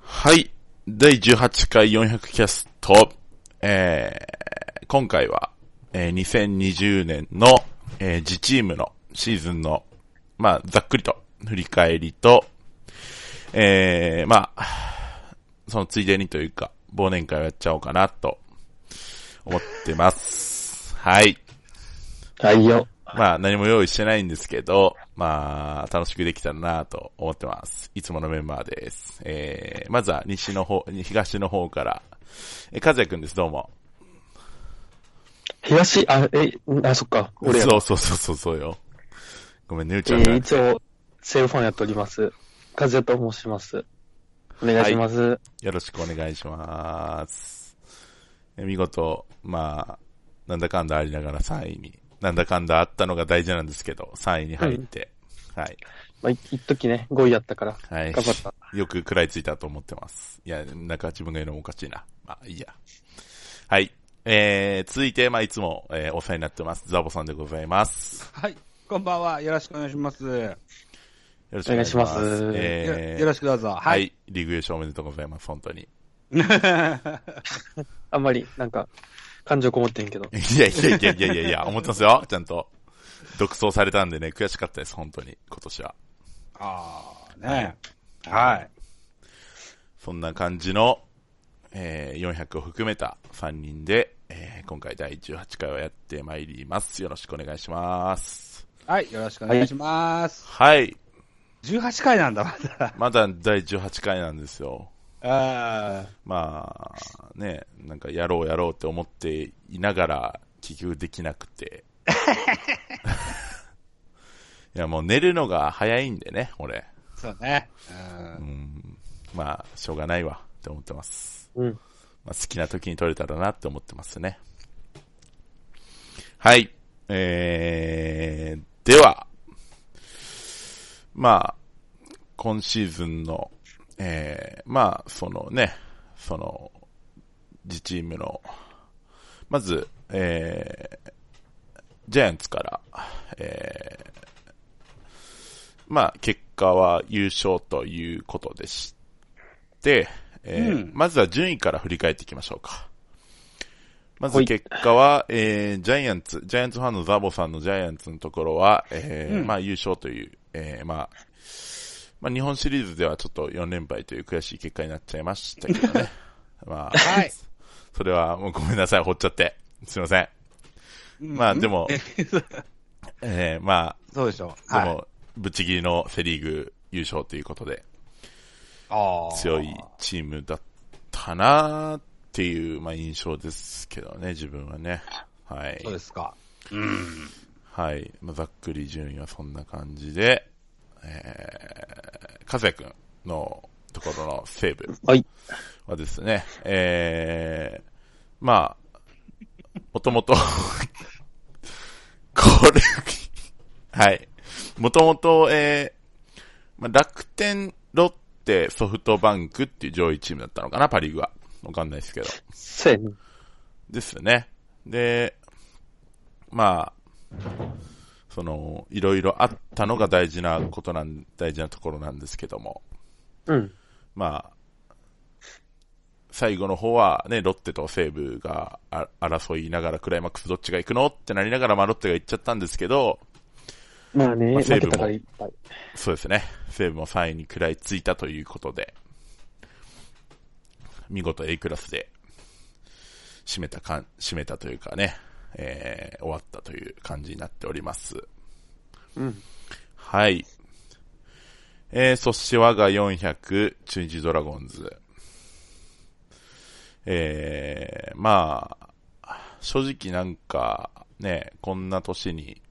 はい。第18回400キャスト。えー、今回は、えー、2020年の、えー、自チームのシーズンの、まあ、ざっくりと振り返りと、えー、まあ、そのついでにというか、忘年会をやっちゃおうかなと思ってます。はい。はいよ。まあ、何も用意してないんですけど、まあ、楽しくできたらなと思ってます。いつものメンバーです。えー、まずは西の方、東の方から、え、和也くんです、どうも。東、あ、え、あ、そっか。俺や。そうそうそうそうそうよ。ごめんね、うえちゃんがー、一応、セーファンやっております。和也と申します。お願いします。よろしくお願いします。え見事、まあ、なんだかんだありながら3位に、なんだかんだあったのが大事なんですけど、3位に入って、はい。まあ、い一時ね、5位やったから、はい。頑張った。よく食らいついたと思ってます。いや、なんか自分が言うのもおかしいな。まあ、いいや。はい。えー、続いて、まあ、いつも、えーお世話になってます。ザボさんでございます。はい、こんばんは。よろしくお願いします。よよろしくお願いします。お願いしますえーよろしくどうぞ。は、はいい。リーグ優勝おめでとうございます、本当に。あんまり、なんか、感情こもってんけど。いやいやいやいやいやいや、思ってますよ、ちゃんと。独走されたんでね、悔しかったです、本当に、今年は。ああ、ねはそんな感じの、えー400を含めた3人で、えー今回第18回をやってまいります。よろしくお願いします。い。はい、よろしくお願いします。はい。 18回なんだ、まだ。まだ第18回なんですよ。あまあ、ね、なんかやろうやろうって思っていながら、結局できなくて。いや、もう寝るのが早いんでね、俺。あ、そうね。う、うんまあ、しょうがないわって思ってます。うん。まあ、好きな時に撮れたらなって思ってますね。はい。えー、では、まあ、今シーズンの、えー、まあ、そのね、その、自チームの、まず、えー、ジャイアンツから、えー、まあ、結果は優勝ということでして、えーうんまずは順位から振り返っていきましょうか。まはずい結果は、えー、ジャイアンツ、ジャイアンツファンのザボさんのジャイアンツのところは、えーうんまあ優勝という、えー、まあ、まあ日本シリーズではちょっと4連敗という悔しい結果になっちゃいましたけ どね。まあ、はい それはもうごめんなさい、掘っちゃって。すいません。ん。まあでもうん、えー、ま そうでしょう。あ、ではいも、ぶっちぎりのセリーグ優勝ということで、あー強いチームだったなっていう、まあ印象ですけどね、自分はね。はい。そうですか。はい。まあ、ざっくり順位はそんな感じで、えー、かずやくんのところのセーブはい。はですね、えー、まあ、もともと 、これ、はい。もともと、えー、まあ、楽天、ロッテ、ソフトバンクっていう上位チームだったのかな、パリーグは。わかんないですけど。せん。ですね。で、まあ、その、いろいろあったのが大事なことなん、大事なところなんですけども、うん。まあ、最後の方はね、ロッテと西武があ争いながらクライマックスどっちが行くのってなりながら、まあロッテが行っちゃったんですけど、まあね、まあ西武負けもたからいっぱい。そうですね、西武も3位に食らいついたということで、見事 A クラスで、締めたかん、締めたというかね、えー、終わったという感じになっております。うん。はい。えー、そして我が400、中日ドラゴンズ。えー、まあ、正直なんか、ね、こんな年に、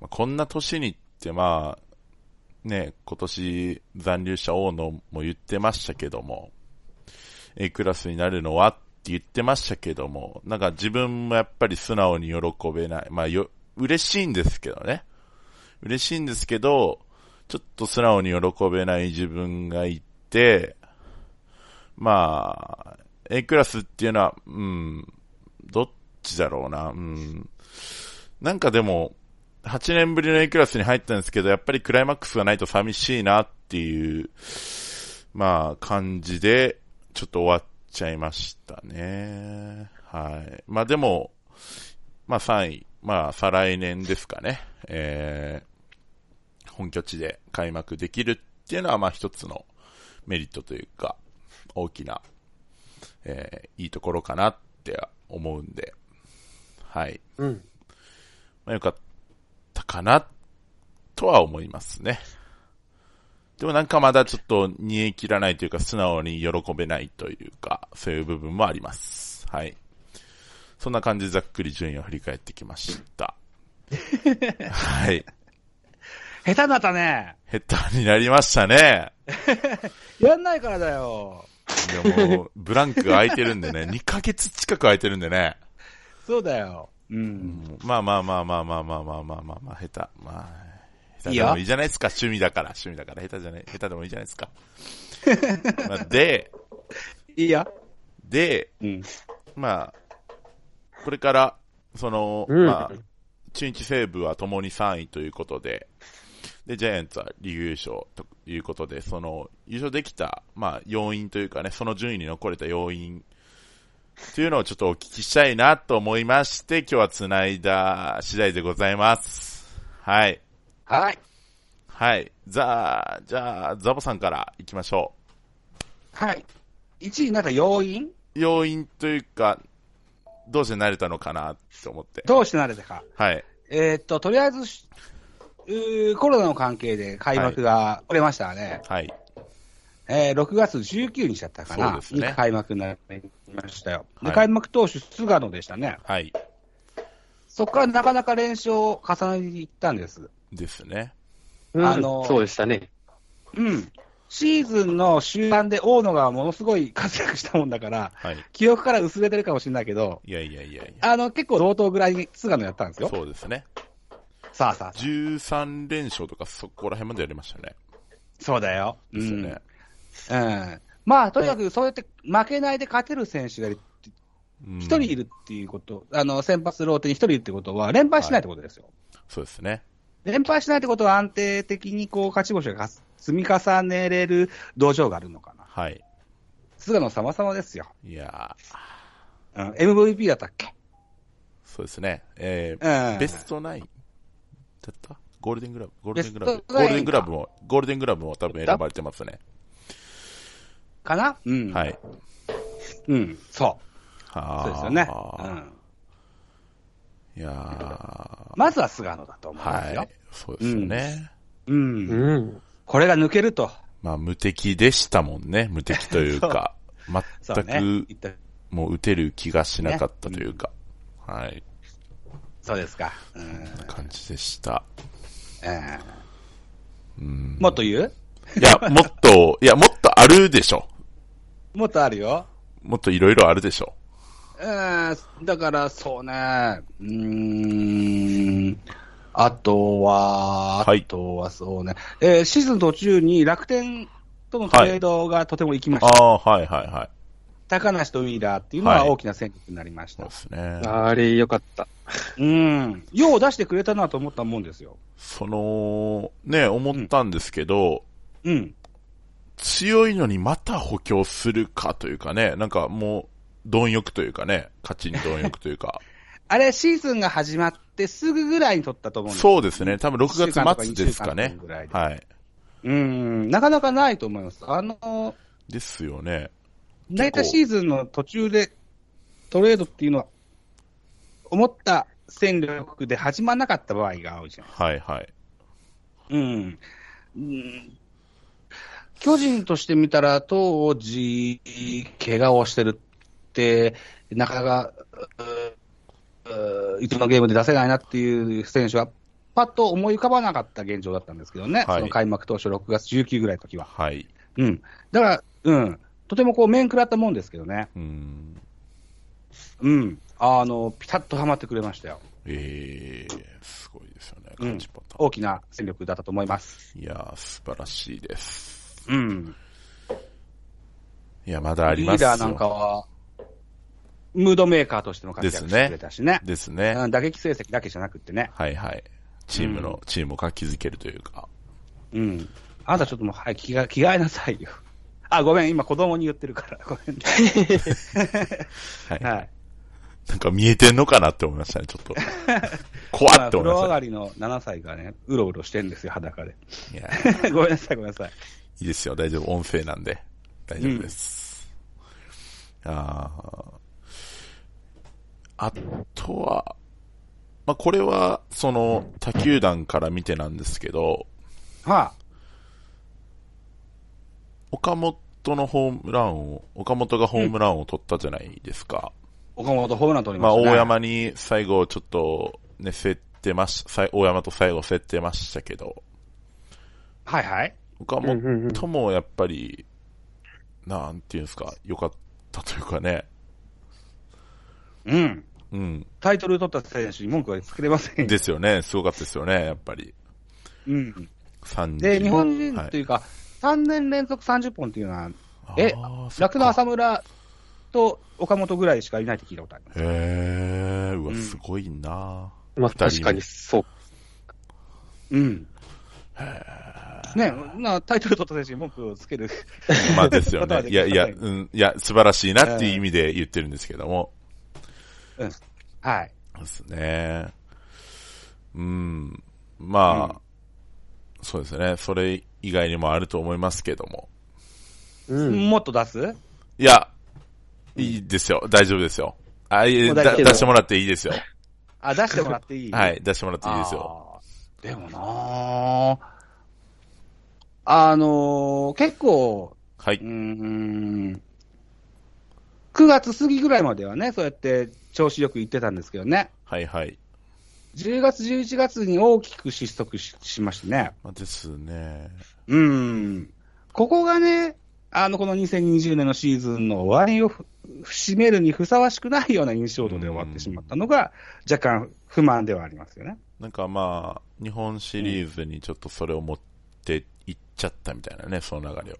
まあこんな年にってまあ、ね、今年残留者大野も言ってましたけども、A クラスになるのはって言ってましたけども、なんか自分もやっぱり素直に喜べない。まあよ、嬉しいんですけどね。嬉しいんですけど、ちょっと素直に喜べない自分がいて、まあ、A クラスっていうのは、うん、どっちだろうな、うん。なんかでも、8年ぶりの A クラスに入ったんですけど、やっぱりクライマックスがないと寂しいなっていう、まあ、感じで、ちょっと終わっちゃいましたね。はい。まあでも、まあ3位、まあ再来年ですかね。えー、本拠地で開幕できるっていうのは、まあ一つのメリットというか、大きな、えーいいところかなって思うんで、はい。うん。まあ、よかったかな、とは思いますね。でもなんかまだちょっと煮え切らないというか、素直に喜べないというか、そういう部分もあります。はい。そんな感じでざっくり順位を振り返ってきま した。はい。下手だったね。下手になりましたね。やんないからだよ。でも、ブランクが空いてるんでね、2ヶ月近く空いてるんでね。そうだよ。う。うんんまあまあまあまあまあまあまあまあまあ、まあ、下手。まあ、下い手いでよもいいじゃないですか。趣味だから、趣味だから下手じゃない、下手でもいいじゃないですか。まあで、いいや。で、うん。まあ、これから、その、うんまあ、中日西部は共に3位ということで、で、ジャイアンツはリーグ優勝ということで、その、優勝できた、まあ、要因というかね、その順位に残れた要因、というのをちょっとお聞きしたいなと思いまして、今日は繋いだ次第でございます。はい。はい。はい。ザあ、じゃあ、ザボさんから行きましょはい。1位になった要う。因要因というか、どうして慣れたのかなと思って。どうしてなれたか。はい。えーっと、とりあえずし、うーコロナの関係で開幕が折れましたね。はい。えー6月19日だったかな。そうですねに開幕になりましたよ。ではい開幕投手、菅野でしたね。はい。そこからなかなか連勝を重ねていったんです。ですね。うんあのそうでしたね。うん。シーズンの終盤で大野がものすごい活躍したもんだから、はい。記憶から薄れてるかもしれないけど、いやいやいやいや。あの、結構同等ぐらいに菅野やったんですよ。そうですね。さあさあ、 13連勝とかそこら辺までやりましたね。そうだよ。ですよね。うん。うん。まあ、とにかくそうやって負けないで勝てる選手がいるうん一人いるっていうこと、あの、先発ローテに一人いるってことは、連敗しないってことですよ。そうですね。連敗しないってことは安定的にこう、勝ち星が積み重ねれる土壌があるのかな。はい。菅野様々ですよ。いやーうん。MVP だったっけそうですね。えーうん。ベストナインだったゴールデングラブゴールデングラベブストゴナインールデングラブも、ゴールデングラブも多分選ばれてますね。かなうん。。はいい。うん。そう。はそうですよね。うーん。いやーまずは菅野だと思いますよ。はい。そうですよね。うん。うん。これが抜けると。まあ、無敵でしたもんね。無敵というか。 そ全うね。く言ったもう打てる気がしなかったというか。はい。そうですか。うん。こんな感じでした。えうえんもっと言ういや、もっと、い や、もっとあるでしょ。もっとあるよ。もっといろいろあるでしょ。うん。だから、そうね。うーん。あとは、はいあとはそうね。えーシーズン途中に楽天とのトレードがとても行きました。ああー、はいはいはい。高梨とウィーラーっていうのははい大きな戦力になりましそた。うですね。あれ、よかった。うん。よう出してくれたなと思ったもんですよ。その、ね、思ったんですけど、うん。強いのにまた補強するかというかね、なんかもう、貪欲というかね、勝ちに貪欲という か。あれ、シーズンが始まってすぐぐらいに取ったと思うんですよそうですね、多分6月末ですか一週間とか二週ね間ぐらい。ではい。うん、なかなかないと思います。あの、ですよね。大体シーズンの途中でトレードっていうのは、思った戦力で始まらなかった場合が多いじゃないはいはい。うん。うん巨人として見たら、当時、怪我をしてるって、なかなか、うーうーいつものゲームで出せないなっていう選手は、パッと思い浮かばなかった現状だったんですけどね、はいその開幕当初、6月19ぐらいの時は。はい。うん。だから、うん。とてもこう、面食らったもんですけどね。うん。うん。あの、ピタッとはまってくれましたよ。えー、すごいですよね、うん勝ちパターン。大きな戦力だったと思います。いやー、素晴らしいです。うん。いや、まだありますリよ。ーダーなんかは、ムードメーカーとしても活躍してくれたしね。ですね。うん、打撃成績だけじゃなくってね。はいはい。チームの、チームを活気づけるというか。うん。あなたちょっともう、はい、着替え、着替えなさいよ。あ、あ、ごめん、今子供に言ってるから。 ご めん、はい。はい。なんか見えてんのかなって思いましたね、ちょっ と。怖まっあて風思い呂上まがりの7歳がね、うろうろしてんですよ、裸で。 した。いや、ごめんなさい、ごめんなさい。いいですよ、大丈夫、音声なんで。大丈夫です。あーあとは、まあ、これは、その、他球団から見てなんですけど、は岡本のホームランを、岡本がホームランを取ったじゃないですか。あ、岡本ホームラン取りままあ、した、ね。大。山に最後ちょっと、ね、競ってまし、さい大山と最後競ってましたけど、はいはい。岡うんうんうん本もやっぱり、なんていうんですか、良かったというかね、うん。うん。タイトル取った選手に文句は作れませんよ。ですよね、すごかったですよね、やっぱり。うん。 3で、日本人はいというか、3年連続30本っていうのは、えあーそっ楽かの浅村と岡本ぐらいしかいないって聞いたことあります。へえ、うわ、うんすごいなま二あ人確かにそう。うん。ね、なタイトル取った選手に文句をつける。まあ ですよ答えね。ていくだやさいいや、うん、いや、素晴らしいなっていう意味で言ってるんですけども。はい。そうですね。うん。まあ、そうですね。それ以外にもあると思いますけども。うん。もっと出すいや、いいですよ。大丈夫ですよ。あ、いえもうだ大丈出夫してもらっていいですよ。あ、出してもらってい いはい、出してもらっていいですよ。よ。でもなぁあのー結構、はうーい。ん、9月過ぎぐらいまではね、そうやって調子よく行ってたんですけどね、はいはい。 10月、11月に大きく失速ししましてね、まあ、ですね。うーん、ここがね、あのこの2020年のシーズンの終わりをふ締めるにふさわしくないような印象度で終わってしまったのが、若干不満ではありますよね。なんかまあ、日本シリーズにちょっとそれを持っていっちゃったみたいなね、その流れを。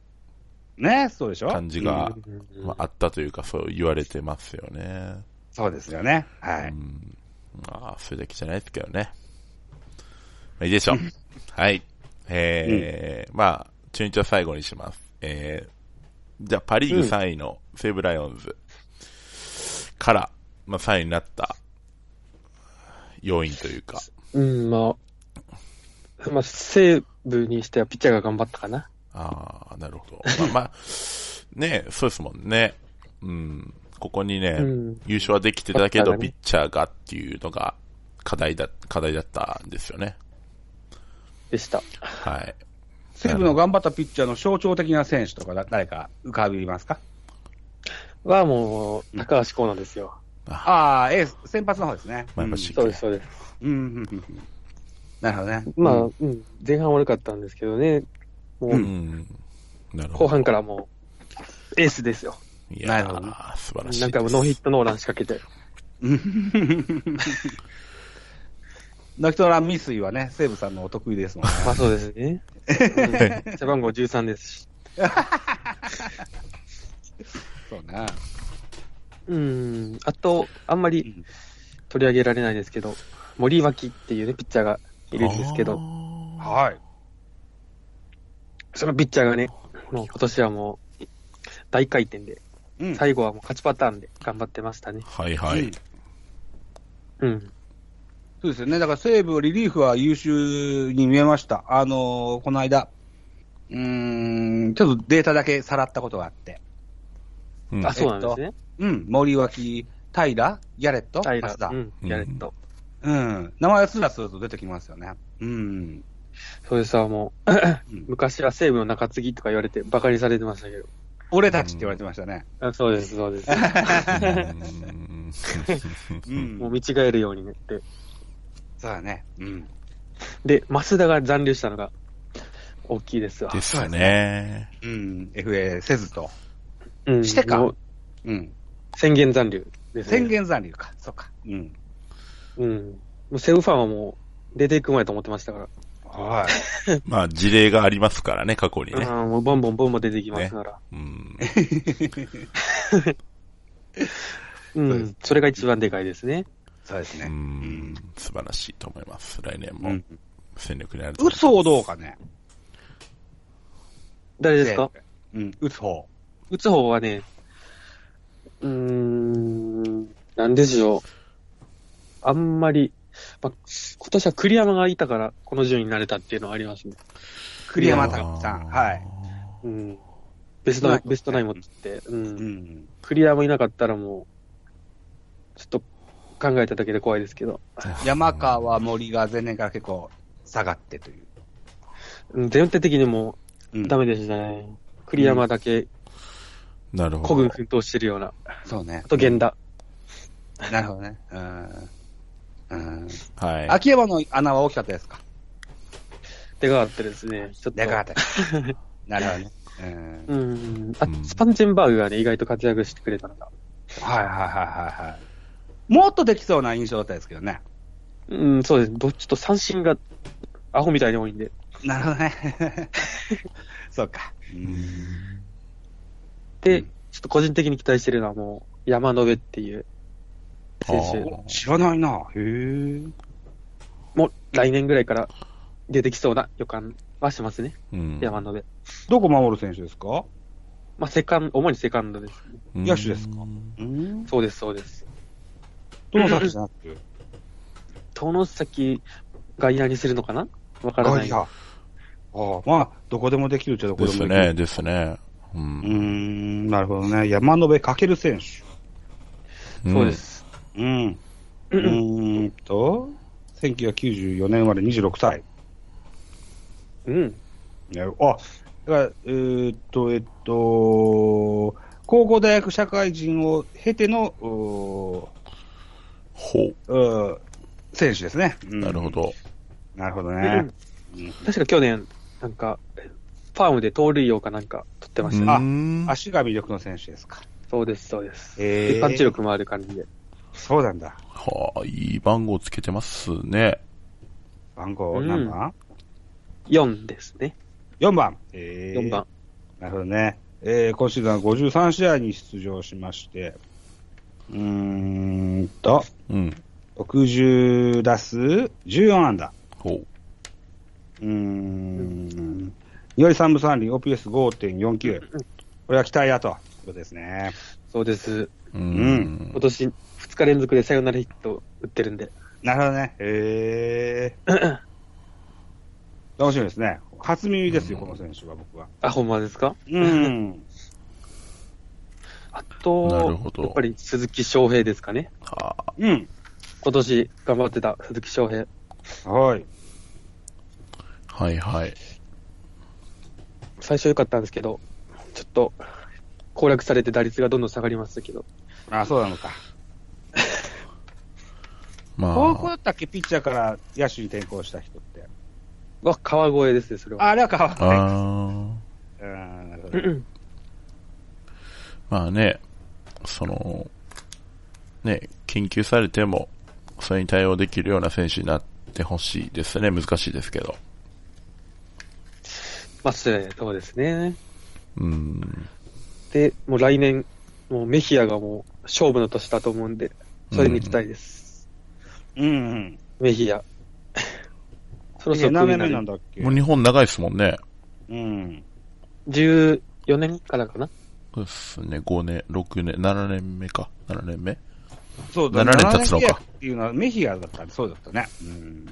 ね、そうでしょ感じが、うんまあ、あったというか、そう言われてますよね。そうですよね。はうい。ん。まあ、それだけじゃないですけどね。まあ、いいでしょう。はい。えー、まあ、中日は最後にします。えー、じゃあ、パリーグ3位の西武ライオンズから、まあ、3位になった要因というか、うん、まあ、まあ、西部にしてはピッチャーが頑張ったかな。ああ、なるほど。まあ、まあ、ねえそうですもんね。うん。ここにね、うん優勝はできてたけバッタど、ーがねピッチャーがっていうのが課題だ、課題だったんですよね。でした。はい。西武の頑張ったピッチャーの象徴的な選手とかだ、誰か浮かびますかはもう、高橋コーナーですよ。ああ、えー先発の方ですね。まあやっぱうしんそうです、そうです。うんうんうんうんなるほどね。まあ、ううんん、前半悪かったんですけどね、もううんう、ん。なるほど。後半からもう、エースですよ。いやなるほどねー素晴らしいです。なんかノーヒットノーラン仕掛けて。泣きトラ未遂はね、西武さんのお得意ですもんね。まあそうです ね。うん背番号13ですし。そうね。うん、あと、あんまうりん取り上げられないですけど、森脇っていうね、ピッチャーがいるんですけど、あはい。そのピッチャーがね、もう今年はもう、大回転で、うん最後はもう勝ちパターンで頑張ってましたね。ーはいはうんい。うん。そうですよね。だから西武リリーフは優秀に見えました。あのーこの間、うーん、ちょっとデータだけさらったことがあって。うんあ、そうなんですね。うん、森脇、平、ギャレット、平増田良、うん、うんギャレット。うん。名前をすらすると出てきますよね。うん。それさ、もう、昔は西武の中継ぎとか言われて、バカにされてましたけど。俺たちって言われてましたね。あそうです、そうです。うん うん。もう見違えるようにねって。そうだね。うん。で、増田が残留したのが、大きいですわで。すね。うん。FA せずと。うんしてかもううん。宣言残留ですね。宣言残留か。そうか。うん。うん。もうセブファンはもう、出ていく前と思ってましたから。はまあ、事例がありますからね、過去にね。ああ、もうボンボンボンボン出てきますから。うん。うそうですん。それが一番でかいですね。い。そうですね。ううんん。素晴らしいと思います。来年うもん。戦力になると思い嘘ますをどうかね。誰ですかううん、打つ方。打つ方はね、うーん、なんでしょう。あんまり、まあ、今年は栗山がいたから、この順位になれたっていうのはありますね。栗山いや拓さん。はい。。うん。ベストまナあイン、ベストナインもつって、う。うんん。栗山いなかったらもう、ちょっと考えただけで怖いですけど、山川、森が前年から結構下がってという。うん全体的にもううんダメでしたね。栗山だけなるほど。孤軍奮闘してるような。そうねあ。と源田。なるほどね。うん。うん。はい。秋山の穴は大きかったですか出があってですね、ちょっと。でかかったです。なるほどね。うん。うん。あうん、スパンジェンバーグがね、意外と活躍してくれたのが。はいはいはいはいはい。もっとできそうな印象だったですけどね。うん、そうです。どちょっと三振がアホみたいに多いんで。なるほどね。 そうか。で、うんちょっと個人的に期待してるのはもう、山野辺っていう選あ手。知らないな。へえ。もう来年ぐらいから出てきそうな予感はしますね。うん山野辺。どこ守る選手ですかまあ、セカンド、主にセカンドです。うん野手ですかうん。そうです、そうです。どの先じゃなくて。の先、外野にするのかなわからな外い。野。ああ、まあ、どこでもできるっちゃどこででもすできる。ね、ですね。ううーん。ん、なるほどね。山延かける選手。そうで。す。うん。うーんと、1994年生まれ26歳。うん。ねあ、だから、えーっと、えっと、高校大学社会人を経ての、おほう。ーうー選手ですね。うんなるほ。ど。なるほどね。確か去年、なんか、ファームで盗塁王かなんか取ってましたね。あうん足が魅力の選手ですか。そうです、そうです。へーでパンチ力もある感じで。そうなんだ。はあ、いい番号つけてますね。番号何番、 4ですね。 ?4 番。えー4番。。なるほどね。えー今シーズンは53試合に出場しまして、うーんと、うん。 60打数14安打。ほう。うーん。2割3分3厘、OPS5.49。これは期待だと。いうことですね。そうです。ううん今年2日連続でサヨナラヒット打ってるんで。なるほどね。へえ。 楽しみですね。初耳ですよ、うんこの選手は、僕は。あ、ほんまですかうん。あなるほと、どやっぱり鈴木翔平ですかね。はあ、うん。今年頑張ってた鈴木翔平。はい。はいはい。最初良かったんですけど、ちょっと、攻略されて打率がどんどん下がりましたけど。あ、そうなのか。ま高校だあ、ったっけ、ピッチャーから野手に転向した人って。わ、川越ですね、それは。あ、あれは変わあらない。ーうんなるほうどんうんまあね、その、ね、研究されても、それに対応できるような選手になってほしいですね。難しいですけど。まあ、そうですね。うん。で、もう来年、もうメヒアがもう勝負の年だと思うんで、それに期待です。うんうん。メ ヒア。そろそろ何組年にな目りなんだっけもう日本長いですもんね。うん。 14年からかなそうですね。5年、6年、7年目か。7年目そうだ7年経つのか7年契約っていうのはメヒアだったんで、そうだったね。うん。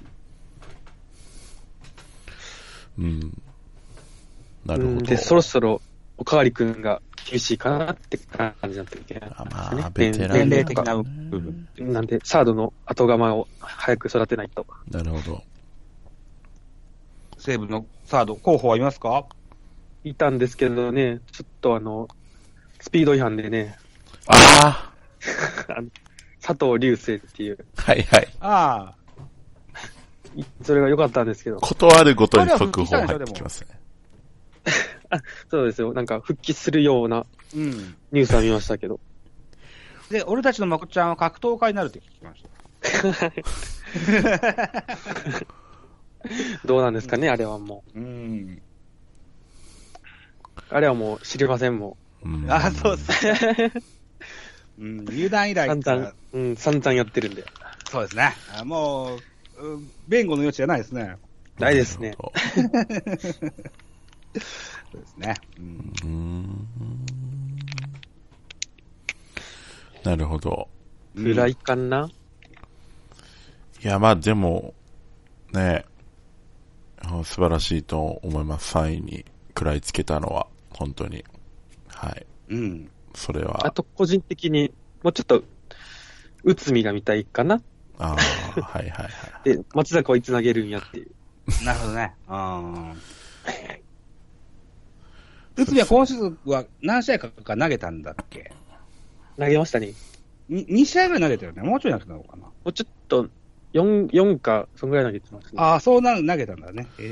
うん。なるほうんど。で、そろそろ、おかわりくんが厳しいかなって感じになってきてあままあ、ベテラン。年齢と的か。な部分。なんで、サードの後釜を早く育てないと。なるほど。西武のサード、候補はいますかいたんですけどね、ちょっとあの、スピード違反でね、 ああの佐藤流星っていう、あはいはい。ああ。いそれが良かったんですけど、断るごとに速報入ってきますね。そうですよ、なんか復帰するようなうん。ニュースは見ましたけど。で、俺たちのまこちゃんは格闘家になるって聞きました。どうなんですかね、あれはもうん。う。あれはもう知りませんもうんあ、そうっすね。うん、入団以ん。来散々、うん、散々やってるんで。そうですね。あもう、うん弁護の余地はないですね。ないですねなるほどことですね。うんうーんなるほど。ぐらいかな、いや、まあでも、ね、あ素晴らしいと思います。3位に食らいつけたのは、本当に。はい。うん。それあは、と個人的に、もうちょっと、内海が見たいかなああー、はいはいはい。で、松坂はいつ投げるんやっていう。なるほどね。うん。内海は今シーズンは何試合か投げたんだっけ投げましたね。に ?2 試合ぐらい投げたよね。もうちょい投げたのかなもうちょっと、4、四か、そんぐらい投げてますね。ああ、そうなる投げたんだね。ええ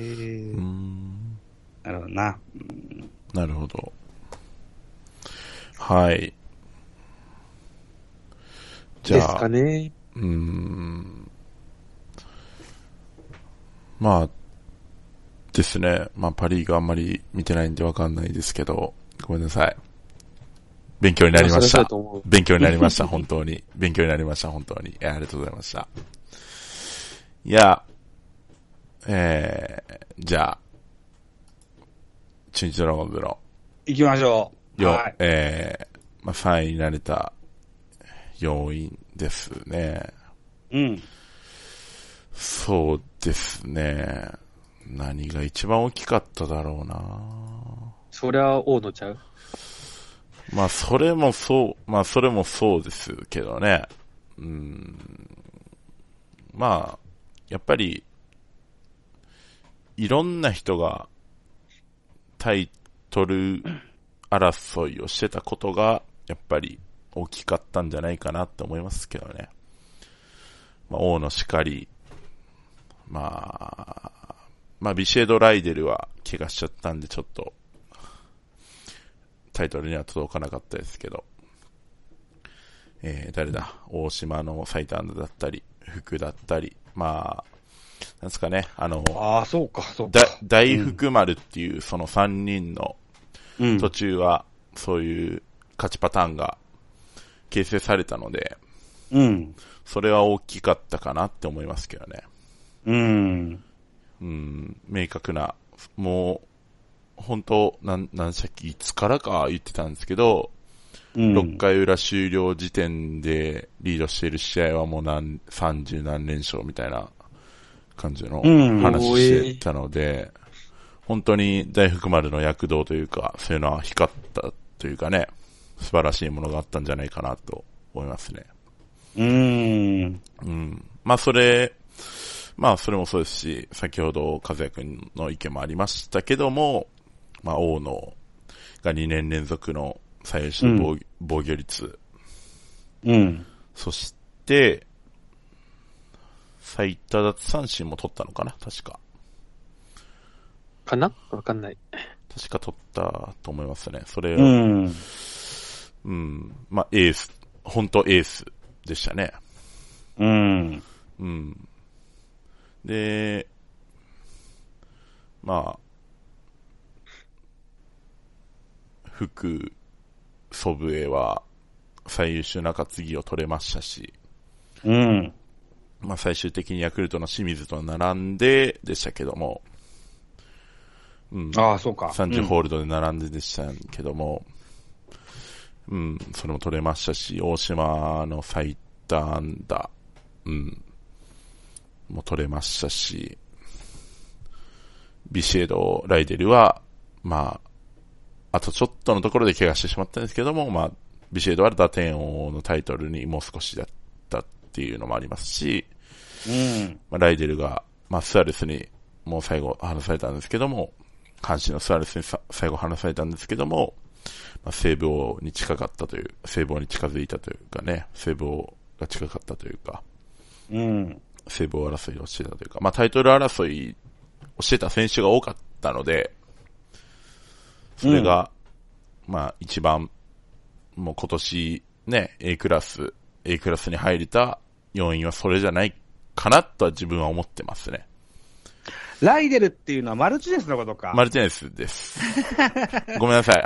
うーんなるほどな。なるほど。はい。じでゃすあ、かね。うーん。まあ、ですね。まあ、パリーグあんまり見てないんでわかんないですけど、ごめんなさい。勉強になりましそれただ。と思う勉強になりました、 本当に。勉強になりました、本当に。いやありがとうございました。いや、えー、じゃあ、中日ドラゴンズの、行きましょう。よ、はい。えー、まあ、3位になれた要因ですね。うん。そうですね。何が一番大きかっただろうな。そりゃ、大野ちゃう。まあ、それもそう、まあ、それもそうですけどね。うん。まあ、やっぱり、いろんな人がタイトル争いをしてたことが、やっぱり大きかったんじゃないかなって思いますけどね。まあ、大野しかり、まあ、まあ、ビシエド・ライデルは怪我しちゃったんで、ちょっとタイトルには届かなかったですけど、えー誰だ、大島の最短だったり、福だったり、まあ、なんですかね、あの、ああ、そうか、そうかだ。大福丸っていうその3人のうん途中は、そういう勝ちパターンが形成されたので、うん。それは大きかったかなって思いますけどね。うん。うん、明確な、もう、本当、なん、なんでしたっけ、いつからか言ってたんですけど、うん6回裏終了時点でリードしている試合はもう何、30何連勝みたいな感じのうん話してたので、本当に大福丸の躍動というか、そういうのは光ったというかね、素晴らしいものがあったんじゃないかなと思いますね。うん。うん。まあそれ、まあそれもそうですし、先ほど和也くんの意見もありましたけども、まあ大野が2年連続の最優秀防,、防御率、うん。そして、最多奪三振も取ったのかな確か。かなわかんない。確か取ったと思いますね。それを、ううん、ん。まあエース、本当エースでしたね。うん。うん。で、まあ、福、祖父江は最優秀中継ぎを取れましたし、うん。まあ、最終的にヤクルトの清水と並んででしたけども、うん、ああ、そうか。 30ホールドで並んででしたけども、うん、それも取れましたし、大島の最多安打、うん、も取れましたし、ビシエド、ライデルは、まあ、あとちょっとのところで怪我してしまったんですけども、まあ、ビシエドは打点王のタイトルにもう少しだったっていうのもありますし、うん。まあ、ライデルが、まあ、スアレスに、もう最後話されたんですけども、阪神のスアレスにさ最後話されたんですけども、まあ、西武王に近かったという、西武王に近づいたというかね、西武王が近かったというか、うん。西武王争いをしてたというか、まあ、タイトル争いをしてた選手が多かったので、それが、まあ、一番、もう今年、ね、A クラス、A クラスに入れた要因はそれじゃないかなとは自分は思ってますね。ライデルっていうのはマルチですのことか。マルティネスです。ごめんなさい。